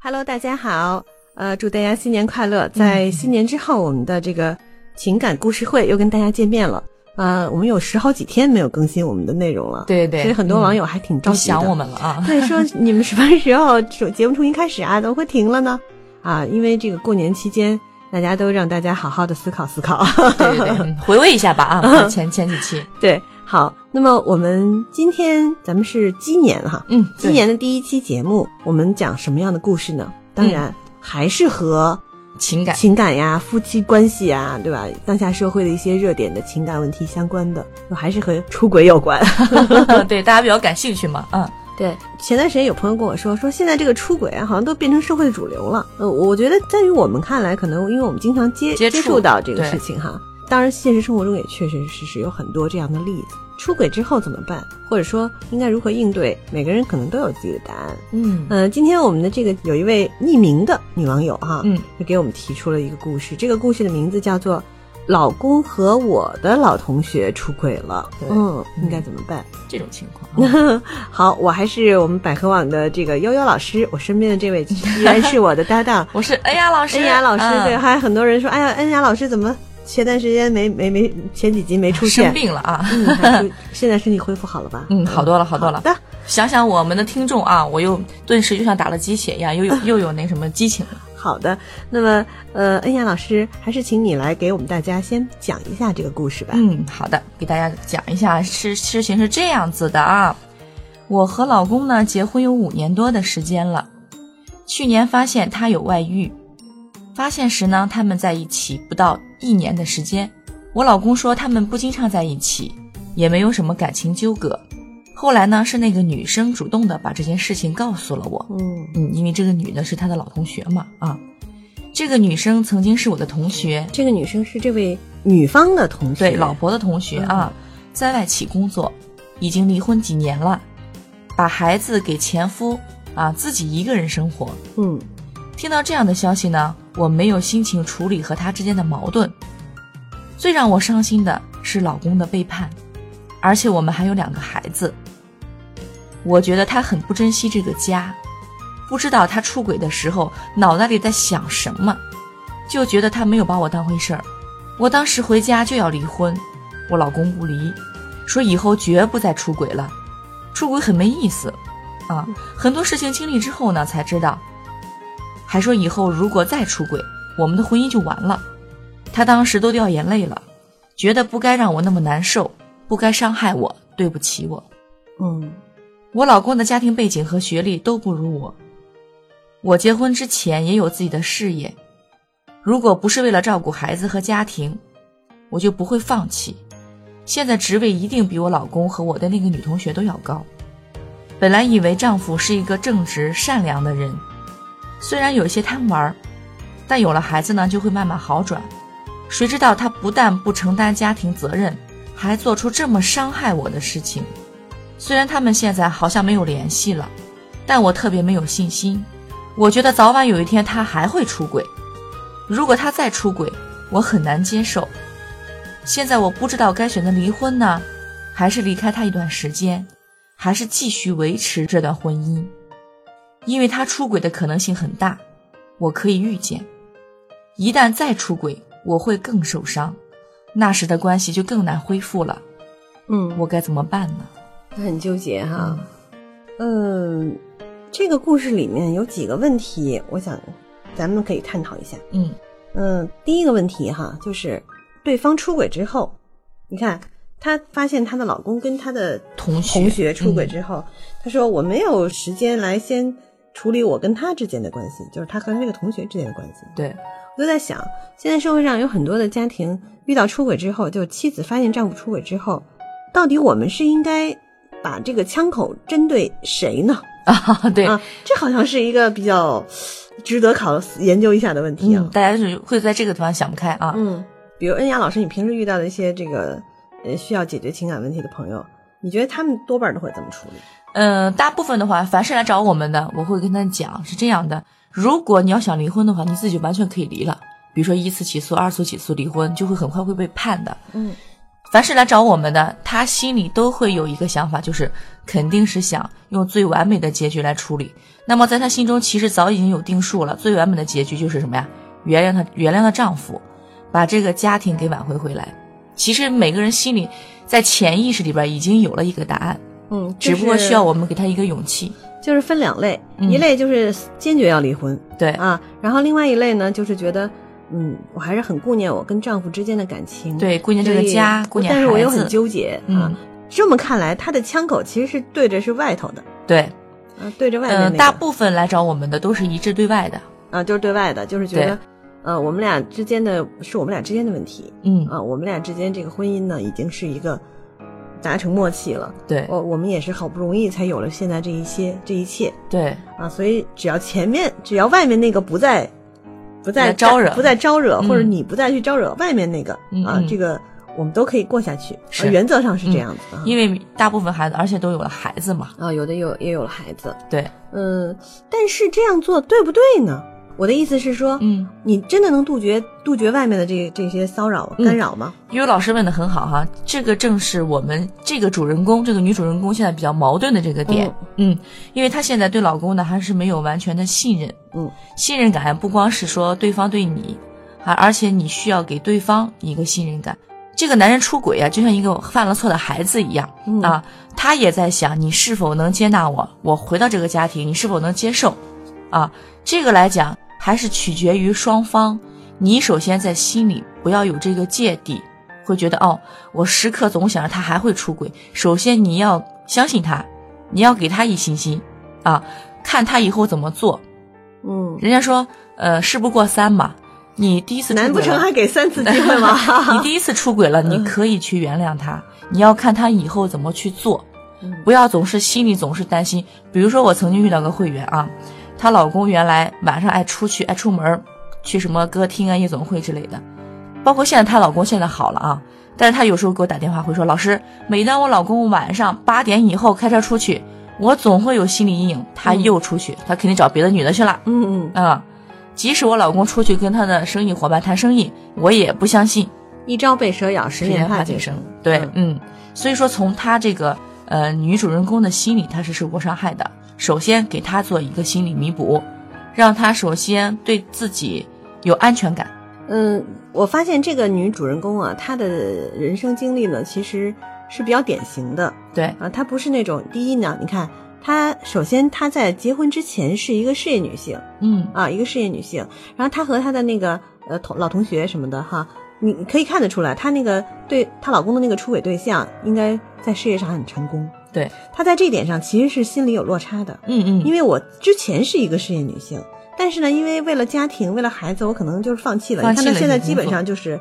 Hello，大家好，呃，祝大家新年快乐！嗯在新年之后，我们的这个情感故事会又跟大家见面了。呃，我们有十好几天没有更新我们的内容了，对对所以对，很多网友还挺着都急的。想我们了啊。嗯对， 说你们什么时候主节目重新开始啊？怎么会停了呢？啊，因为这个过年期间，大家都让大家好好的思考思 考。对对对，嗯回味一下吧嗯啊，前前几期，对，好，那么我们今天咱们是鸡年哈，嗯，今年的第一期节目，我们讲什么样的故事呢？当嗯然、还是和对情感，情感呀、夫妻关系呀，对吧？当下社会的一些热点的情感问题相关的，还是和出轨有 关。嗯对大家比较感兴趣嘛，嗯，对，前段时间有朋友跟我说，说现在这个出轨啊，好像都变成社会的主流了。呃，我觉得在于我们看来，可能因为我们经常接接触触到这个对事情哈。当然，现实生活中也确确实实有很多这样的例子。出轨之后怎么办？或者说应该如何应对？每个人可能都有自己的答案。嗯嗯、今天我们的这个有一位匿名的女网友哈，嗯，就给我们提出了一个故事。这个故事的名字叫做《老公和我的老同学出轨了》。对嗯，应该怎么办？ 这种情况啊，好，我还是我们百合网的这个悠悠老师，我身边的这位依然是我的搭档 我是恩雅老师，恩雅老师。嗯对，还有很多人说，哎呀，恩雅老师怎么前段时间没没没前几集没出生现？病了啊，嗯，还是现在身体恢复好了吧？嗯，好多了，好多好了。的，想想我们的听众啊，我又顿时就像打了鸡血一样，又有又有那什么激情了。好的。那么，呃，恩雅老师，还是请你来给我们大家先讲一下这个故事吧。嗯，好的，给大家讲一下事事情是这样子的啊。我和老公呢结婚有五年多的时间了，去年发现他有外遇，发现时呢他们在一起不到一年的时间，我老公说他们不经常在一起，也没有什么感情纠葛。后来呢是那个女生主动的把这件事情告诉了我，嗯嗯，因为这个女的是他的老同学嘛啊，这个女生曾经是我的同学，这个女生是这位女方的同学，嗯对，老婆的同学啊，在外企工作，已经离婚几年了，把孩子给前夫啊，自己一个人生活。嗯听到这样的消息呢，我没有心情处理和他之间的矛盾。最让我伤心的是老公的背叛，而且我们还有两个孩子。我觉得他很不珍惜这个家，不知道他出轨的时候脑袋里在想什么，就觉得他没有把我当回事儿。我当时回家就要离婚，我老公不离，说以后绝不再出轨了，出轨很没意思，啊，很多事情经历之后呢才知道，还说以后如果再出轨，我们的婚姻就完了。他当时都掉眼泪了，觉得不该让我那么难受，不该伤害我，对不起我。嗯我老公的家庭背景和学历都不如我。我结婚之前也有自己的事业，如果不是为了照顾孩子和家庭，我就不会放弃。现在职位一定比我老公和我的那个女同学都要高。本来以为丈夫是一个正直善良的人，虽然有些贪玩儿，但有了孩子呢就会慢慢好转。谁知道他不但不承担家庭责任，还做出这么伤害我的事情。虽然他们现在好像没有联系了，但我特别没有信心。我觉得早晚有一天他还会出轨，如果他再出轨，我很难接受。现在我不知道该选择离婚呢，还是离开他一段时间，还是继续维持这段婚姻，因为他出轨的可能性很大，我可以预见，一旦再出轨，我会更受伤，那时的关系就更难恢复了。嗯，我该怎么办呢？很纠结哈。嗯，这个故事里面有几个问题，我想咱们可以探讨一下。嗯。嗯，第一个问题哈，就是对方出轨之后，你看她发现她的老公跟她的同学嗯同学出轨之后，她、说我没有时间来先处理我跟他之间的关系，就是她和那个同学之间的关系。对，我就在想，现在社会上有很多的家庭遇到出轨之后，就妻子发现丈夫出轨之后，到底我们是应该把这个枪口针对谁呢？啊，对，啊，这好像是一个比较值得考研究一下的问题啊嗯，。大家就是会在这个地方想不开啊，嗯，比如恩雅老师，你平时遇到的一些这个呃需要解决情感问题的朋友，你觉得他们多半都会怎么处理？嗯、大部分的话，凡是来找我们的，我会跟他讲是这样的，如果你要想离婚的话，你自己就完全可以离了，比如说一次起诉、二次起诉离婚，就会很快会被判的，嗯，凡是来找我们的，他心里都会有一个想法，就是肯定是想用最完美的结局来处理。那么在她心中，其实早已经有定数了，最完美的结局就是什么呀？原谅她，原谅她丈夫，把这个家庭给挽回回来。其实每个人心里在潜意识里边已经有了一个答案，嗯，只不过需要我们给他一个勇气。就是分两类，嗯哎一类就是坚决要离婚对啊，然后另外一类呢，就是觉得，嗯，我还是很顾念我跟丈夫之间的感情，，对，顾念这个家，顾念但是我又孩很子，纠结、啊嗯。，这么看来，他的枪口其实是对着是外头的，对，啊，对着外面嗯、那个，大部分来找我们的都是一致对外的，啊，就是对外的，就是觉得对，呃，我们俩之间的是我们俩之间的问题嗯，啊，我们俩之间这个婚姻呢，已经是一个达成默契了，对我我们也是好不容易才有了现在这一些这一切对，啊，所以只要前面只要外面那个不再不再再招惹不再招惹，嗯或者你不再去招惹外面那个嗯啊嗯，这个我们都可以过下去，啊是嗯原则上是这样子的啊，因为大部分孩子，而且都有了孩子嘛，啊，有的有也有了孩子，对，嗯，但是这样做对不对呢？我的意思是说，嗯，你真的能杜绝杜绝外面的这这些骚扰嗯干扰吗？因为老师问的很好哈，这个正是我们这个主人公，这个女主人公现在比较矛盾的这个点，嗯因为她现在对老公呢还是没有完全的信任，嗯，信任感不光是说对方对你，还而且你需要给对方一个信任感。这个男人出轨啊，就像一个犯了错的孩子一样、嗯啊，他也在想你是否能接纳我，我回到这个家庭，你是否能接受，啊，这个来讲还是取决于双方。你首先在心里不要有这个芥蒂，会觉得哦，我时刻总想着他还会出轨。首先你要相信他，你要给他一信心啊，看他以后怎么做。嗯，人家说，呃，事不过三嘛，你第一次出轨难不成了还给三次机会吗？ 嗯你第一次出轨了，你可以去原谅他，你要看他以后怎么去做嗯，不要总是心里总是担心。比如说，我曾经遇到个会员啊，她老公原来晚上爱出去，爱出门儿，去什么歌厅啊、夜总会之类的。包括现在她老公现在好了啊，但是她有时候给我打电话会说，老师，每当我老公晚上八点以后开车出去，我总会有心理阴影，他嗯又出去，他肯定找别的女的去了。 嗯嗯，啊、即使我老公出去跟他的生意伙伴谈生意，我也不相信。一朝被蛇咬，十年怕怕井井绳。对嗯，嗯，所以说从她这个呃女主人公的心理，她是受过伤害的。首先给她做一个心理弥补，让她首先对自己有安全感。嗯，我发现这个女主人公啊，她的人生经历呢，其实是比较典型的对，啊，她不是那种第一呢，你看。她首先，她在结婚之前是一个事业女性嗯，啊，一个事业女性。然后她和她的那个呃同老同学什么的哈，你你可以看得出来，她那个对她老公的那个出轨对象，应该在事业上很成功。对，她在这一点上其实是心里有落差的，嗯嗯，因为我之前是一个事业女性，但是呢，因为为了家庭，为了孩子，我可能就是放弃了。放你弃看了她现在你的基本工作上就是，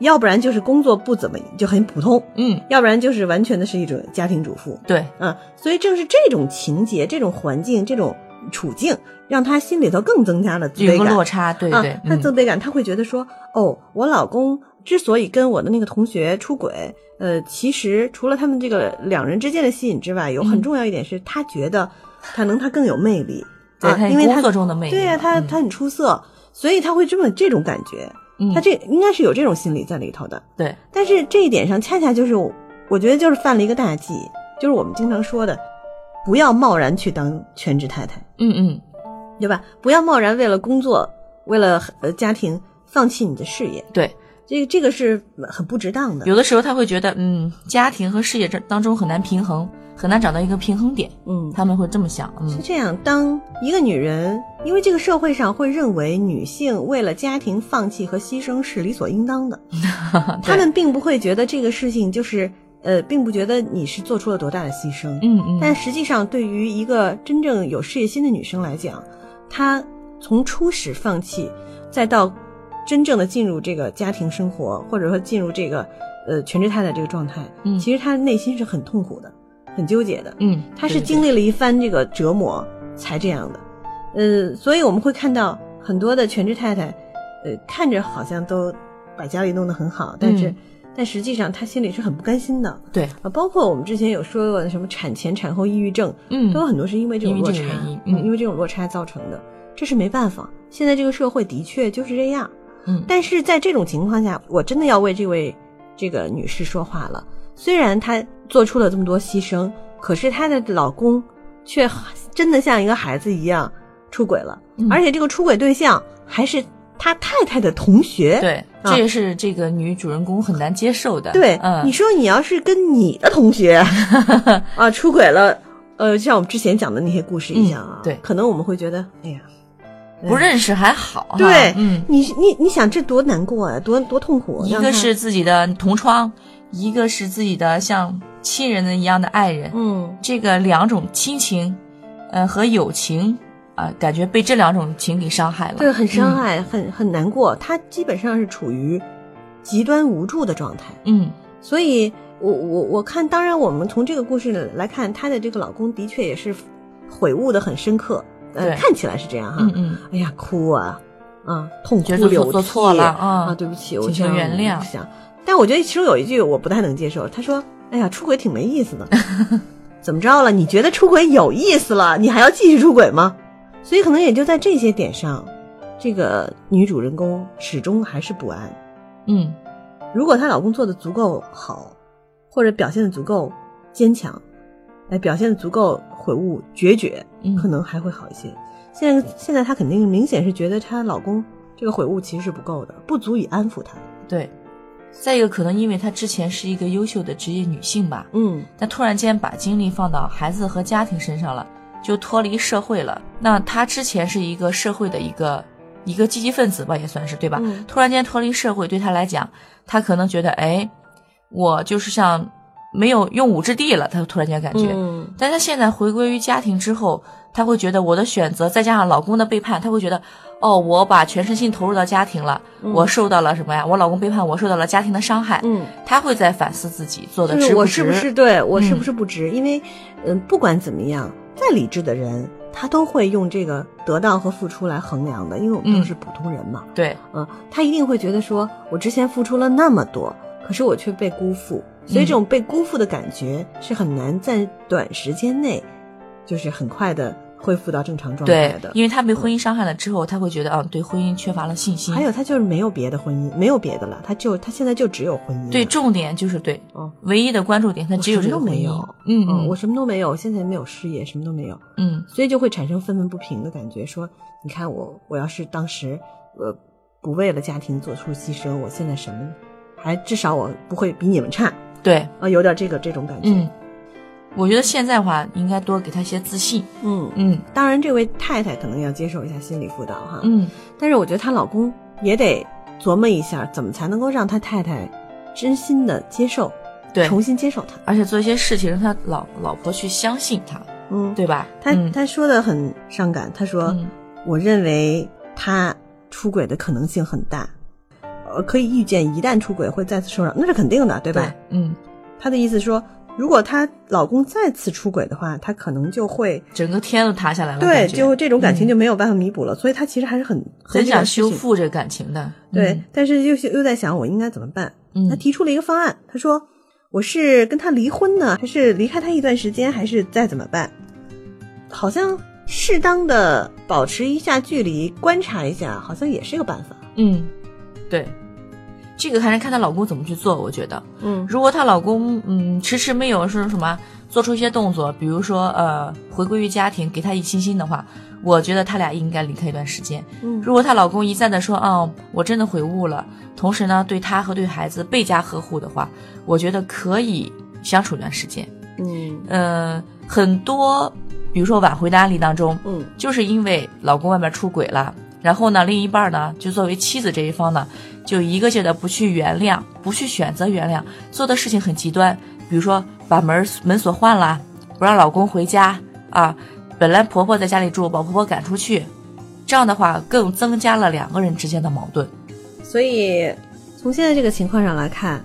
要不然就是工作不怎么就很普通，嗯，要不然就是完全的是一种家庭主妇对，啊。所以正是这种情节、这种环境、这种处境，让她心里头更增加了自有卑一个感落差，对对，啊，他嗯自卑感，他会觉得说，哦，我老公之所以跟我的那个同学出轨，呃，其实除了他们这个两人之间的吸引之外，有很嗯重要一点是，他觉得可能他更有魅力，对啊他，因为工他作中的魅力嘛，对呀、啊他他很出色，所以他会这么这种感觉，嗯他这应该是有这种心理在里头的。对，但是这一点上，恰恰就是我我觉得就是犯了一个大忌，就是我们经常说的，不要贸然去当全职太太。嗯嗯，对吧？不要贸然为了工作，为了呃家庭放弃你的事业，对，这这个是很不值当的。有的时候他会觉得，嗯，家庭和事业这当中很难平衡，很难找到一个平衡点，嗯，他们会这么想，是嗯，这样。当一个女人，因为这个社会上会认为女性为了家庭放弃和牺牲是理所应当的，对她们并不会觉得这个事情就是呃，并不觉得你是做出了多大的牺牲。嗯嗯，但实际上，对于一个真正有事业心的女生来讲，她从初始放弃，再到真正的进入这个家庭生活，或者说进入这个呃全职太太这个状态，嗯其实她内心是很痛苦的，很纠结的。嗯，她是对对经历了一番这个折磨才这样的。呃，所以我们会看到很多的全职太太，呃，看着好像都把家里弄得很好，但是、嗯但实际上她心里是很不甘心的。对，啊，包括我们之前有说过的什么产前、产后抑郁症，嗯，都有很多是因为这种因为落这差个原因，嗯嗯因为这种落差造成的，这是没办法。现在这个社会的确就是这样，嗯但是在这种情况下，我真的要为这位这个女士说话了。虽然她做出了这么多牺牲，可是她的老公却真的像一个孩子一样出轨了，嗯而且这个出轨对象还是她太太的同学。对，啊这也是这个女主人公很难接受的。对，嗯你，说你要是跟你的同 学啊出轨了，呃，像我们之前讲的那些故事一样啊，嗯对可能我们会觉得，哎呀，不认识还好哈。对，嗯，你你你想这多难过啊，多多痛苦啊。一让他个是自己的同窗，一个是自己的像亲人一样的爱人，嗯，这个两种亲情，呃和友情啊、感觉被这两种情给伤害了。对，很嗯伤害，很很难过。他基本上是处于极端无助的状态，嗯，所以我我我看，当然我们从这个故事来看，她的这个老公的确也是悔悟的很深刻，呃，对看起来是这样哈。嗯嗯哎呀，哭啊，啊，痛哭觉得流涕做做错了啊啊，对不起，我请求这样原谅不想，但我觉得其中有一句我不太能接受，他说：“哎呀，出轨挺没意思 的，怎么着了？你觉得出轨有意思了，你还要继续出轨吗？”所以可能也就在这些点上，这个女主人公始终还是不安。嗯如果她老公做的足够好，或者表现的足够坚强，哎，表现的足够悔悟决绝，嗯，可能还会好一些。现在现在她肯定明显是觉得她老公这个悔悟其实是不够的，不足以安抚她。对。再一个，可能因为她之前是一个优秀的职业女性吧，嗯，但突然间把精力放到孩子和家庭身上了，就脱离社会了。那她之前是一个社会的一个一个积极分子吧，也算是对吧？嗯突然间脱离社会，对她来讲，她可能觉得，哎，我就是像没有用武之地了。她突然间感觉，嗯但她现在回归于家庭之后，她会觉得我的选择，再加上老公的背叛，她会觉得，哦，我把全身心投入到家庭了，嗯我受到了什么呀？我老公背叛，我受到了家庭的伤害。嗯，她会在反思自己做的就值是我不是值，不是对我是嗯不是不值？因为嗯，不管怎么样，再理智的人他都会用这个得到和付出来衡量的，因为我们都嗯是普通人嘛。对，嗯，他一定会觉得说，我之前付出了那么多，可是我却被辜负，所以嗯这种被辜负的感觉是很难在短时间内，就是很快的恢复到正常状态对的，。因为他被婚姻伤害了之后，他会觉得啊，对婚姻缺乏了信心。还有，他就是没有别的婚姻，没有别的了，他就他现在就只有婚姻了。对重点就是对哦，唯一的关注点，他只有这个婚姻我什么。嗯嗯，嗯，我什么都没有，现在没有事业，什么都没有，嗯所以就会产生愤愤不平的感觉。说，你看我，我要是当时呃不为了家庭做出牺牲，我现在什么，还至少我不会比你们差。对，啊，有点这个这种感觉。嗯，我觉得现在的话应该多给他一些自信。嗯嗯当然这位太太可能要接受一下心理辅导哈。，嗯，但是我觉得她老公也得琢磨一下，怎么才能够让她太太真心的接受，对，重新接受他。而且做一些事情让他老老婆去相信他，嗯，，对吧？她嗯她说的很伤感，她说、嗯我认为他出轨的可能性很大。呃，可以预见，一旦出轨会再次受伤，那是肯定的，对吧？对，嗯，她的意思说，如果她老公再次出轨的话，她可能就会整个天都塌下来了，对，感觉嗯就这种感情就没有办法弥补了，所以他其实还是很很想很修。这个事情复嗯这个感情的。对，但是又又在想我应该怎么办。嗯，他嗯，提出了一个方案，他说我是跟他离婚呢，还是离开他一段时间，还是再怎么办？好像适当的保持一下距离，观察一下，好像也是个办法。嗯，对，这个还是看她老公怎么去做，我觉得。嗯如果她老公嗯迟迟没有是什么做出一些动作，比如说呃回归于家庭，给她以信心的话，我觉得他俩应该离开一段时间。嗯如果她老公一再的说啊、我真的悔悟了，同时呢对她和对孩子倍加呵护的话，我觉得可以相处一段时间。嗯嗯、很多比如说挽回的案例当中，嗯就是因为老公外面出轨了，然后呢，另一半呢，就作为妻子这一方呢，就一个劲的不去原谅，不去选择原谅，做的事情很极端，比如说把门门锁换了，不让老公回家啊，本来婆婆在家里住，把婆婆赶出去，这样的话更增加了两个人之间的矛盾。所以从现在这个情况上来看，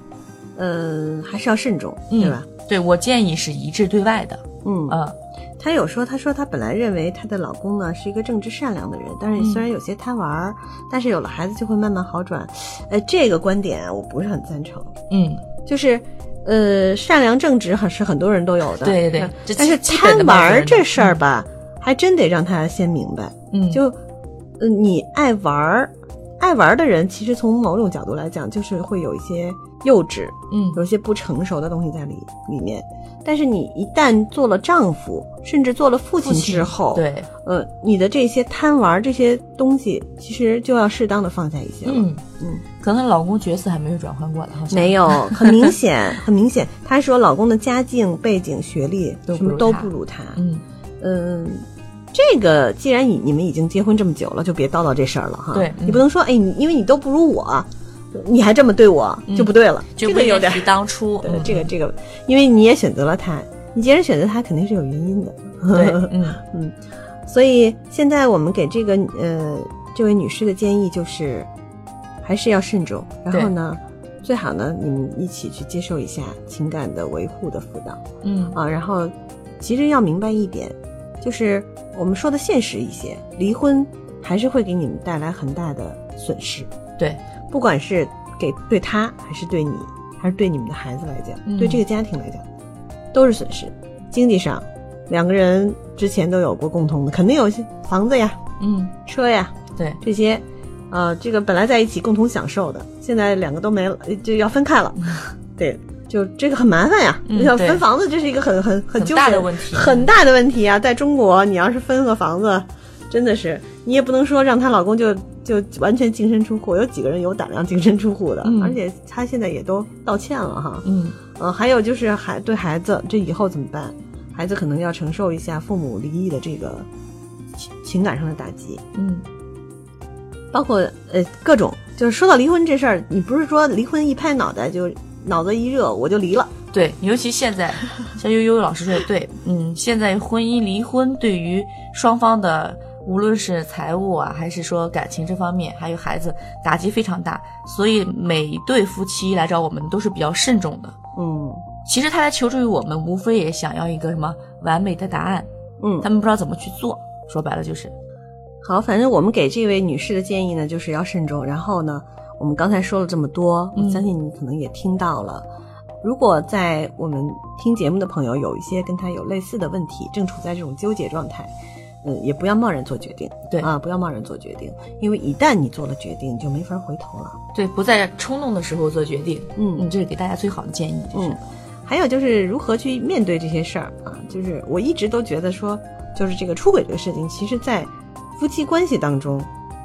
嗯，还是要慎重，对吧？对我建议是一致对外的，嗯嗯、她有说，她说她本来认为她的老公呢是一个正直善良的人，但是嗯虽然有些贪玩儿，但是有了孩子就会慢慢好转。呃，这个观点我不是很赞成，嗯，就是。呃，善良正直还是很多人都有的，对对对嗯这但是基基本贪的玩每个儿人这事儿吧，还真得让他先明白。嗯就，呃，你爱玩儿，爱玩的人其实从某种角度来讲，就是会有一些幼稚，嗯有一些不成熟的东西在里里面。但是你一旦做了丈夫，甚至做了父亲父亲之后，，对，呃，你的这些贪玩这些东西，其实就要适当的放下一些了。嗯嗯，可能老公角色还没有转换过来，好像没 有，很明显，很明显。她说老公的家境、背景、学历都不如什么都她不如她。嗯，嗯，这个既然你你们已经结婚这么久了，就别叨叨这事儿了哈。对嗯你不能说哎，你因为你都不如我，你还这么对我，就不对了。嗯就这不个有应点该，提当初，对嗯这个这个，因为你也选择了他，你既然选择他，肯定是有原因的。 对，嗯，所以现在我们给这个呃这位女士的建议就是，还是要慎重，然后对呢，最好呢你们一起去接受一下情感的维护的辅导嗯，啊。然后其实要明白一点，就是我们说的现实一些，离婚还是会给你们带来很大的损失，对，不管是给对他还是对你，还是对你们的孩子来讲，嗯对这个家庭来讲，都是损失。经济上，两个人之前都有过共同的，肯定有些房子呀、嗯，车呀对，这些，呃，这个本来在一起共同享受的，现在两个都没了，呃就要分 开了。对，就这个很麻烦呀，嗯要对分房子，这是一个很很很很纠大结的问题，很大的问题啊！在中国，你要是分个房子，真的是你也不能说让她老公就就完全净身出户，有几个人有胆量净身出户的？嗯而且她现在也都道歉了哈。嗯，呃，还有就是孩对孩子，这以后怎么办？孩子可能要承受一下父母离异的这个情情感上的打击，嗯，包括呃各种。就是说到离婚这事儿，你不是说离婚一拍脑袋就脑子一热我就离了，对，尤其现在，像悠悠老师说的对，嗯，现在婚姻离婚对于双方的无论是财务啊，还是说感情这方面，还有孩子，打击非常大，所以每一对夫妻来找我们都是比较慎重的。嗯其实他来求助于我们，无非也想要一个什么完美的答案，嗯，他们不知道怎么去做，说白了就是，好，反正我们给这位女士的建议呢，就是要慎重。然后呢，我们刚才说了这么多，我嗯相信你可能也听到了。如果在我们听节目的朋友有一些跟她有类似的问题，正处在这种纠结状态，嗯，也不要贸然做决定，对啊，不要贸然做决定，因为一旦你做了决定，你就没法回头了。对，不在冲动的时候做决定，嗯嗯，这是给大家最好的建议，就是嗯，，还有就是如何去面对这些事儿啊，就是我一直都觉得说，就是这个出轨这个事情，其实在夫妻关系当中，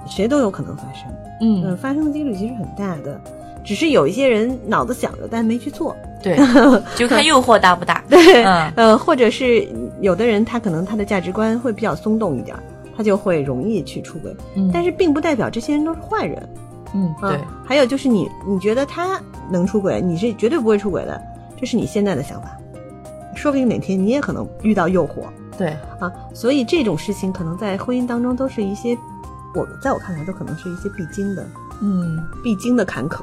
谁都有可能发生。嗯，嗯，发生的几率其实很大的，只是有一些人脑子想着，但没去做。 对，就看诱惑大不大，对嗯呃，或者是有的人他可能他的价值观会比较松动一点儿，他就会容易去出轨。嗯，但是并不代表这些人都是坏人。嗯，啊对，还有就是你，你觉得他能出轨，你是绝对不会出轨的，这是你现在的想法。说不定哪天你也可能遇到诱惑对，啊，所以这种事情可能在婚姻当中都是一些，我在我看来都可能是一些必经的嗯。必经的坎坷。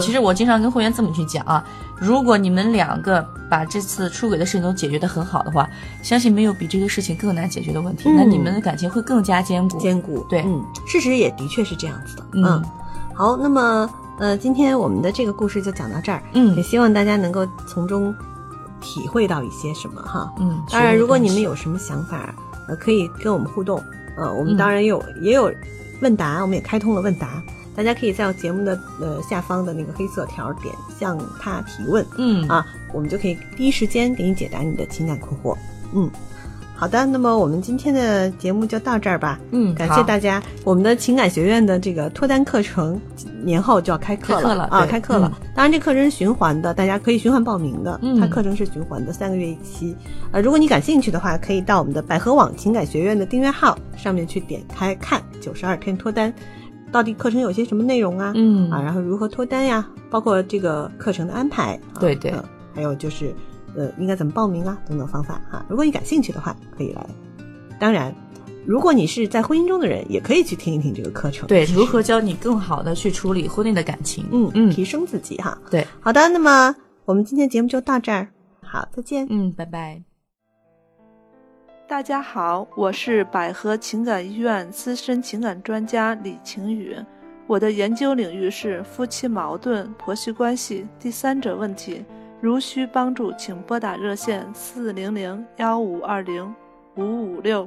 其实我经常跟会员这么去讲啊，如果你们两个把这次出轨的事情都解决得很好的话，相信没有比这个事情更难解决的问题，嗯那你们的感情会更加坚固。兼顾。对嗯，事实也的确是这样子的。嗯好，那么呃，今天我们的这个故事就讲到这儿，也嗯希望大家能够从中体会到一些什么哈。嗯，当然，如果你们有有什么想法，呃，可以跟我们互动。呃，我们嗯当然也有、也有问答，我们也开通了问答，大家可以在节目的呃下方的那个黑色条儿点向他提问。嗯啊，我们就可以第一时间给你解答你的情感困惑。嗯，好的，那么我们今天的节目就到这儿吧。嗯，感好谢大家，我们的情感学院的这个脱单课程年后就要开课了开课了啊，对开课了。当然，这课程是循环的，大家可以循环报名的。嗯它课程是循环的，三个月一期。呃，如果你感兴趣的话，可以到我们的百合网情感学院的订阅号上面去点开看九十二天脱单，到底课程有些什么内容啊？嗯啊，然后如何脱单呀，包括这个课程的安排，啊、对对呃还有就是呃应该怎么报名啊等等方法啊。如果你感兴趣的话，可以来。当然，如果你是在婚姻中的人，也可以去听一听这个课程，对如何教你更好的去处理婚内的感情。嗯嗯嗯提升自己哈。对，好的，那么我们今天节目就到这儿，好，再见。嗯，拜拜。大家好，我是百合情感医院资深情感专家李晴雨。我的研究领域是夫妻矛盾、婆媳关系、第三者问题。如需帮助，请拨打热线四零零幺五二零五五六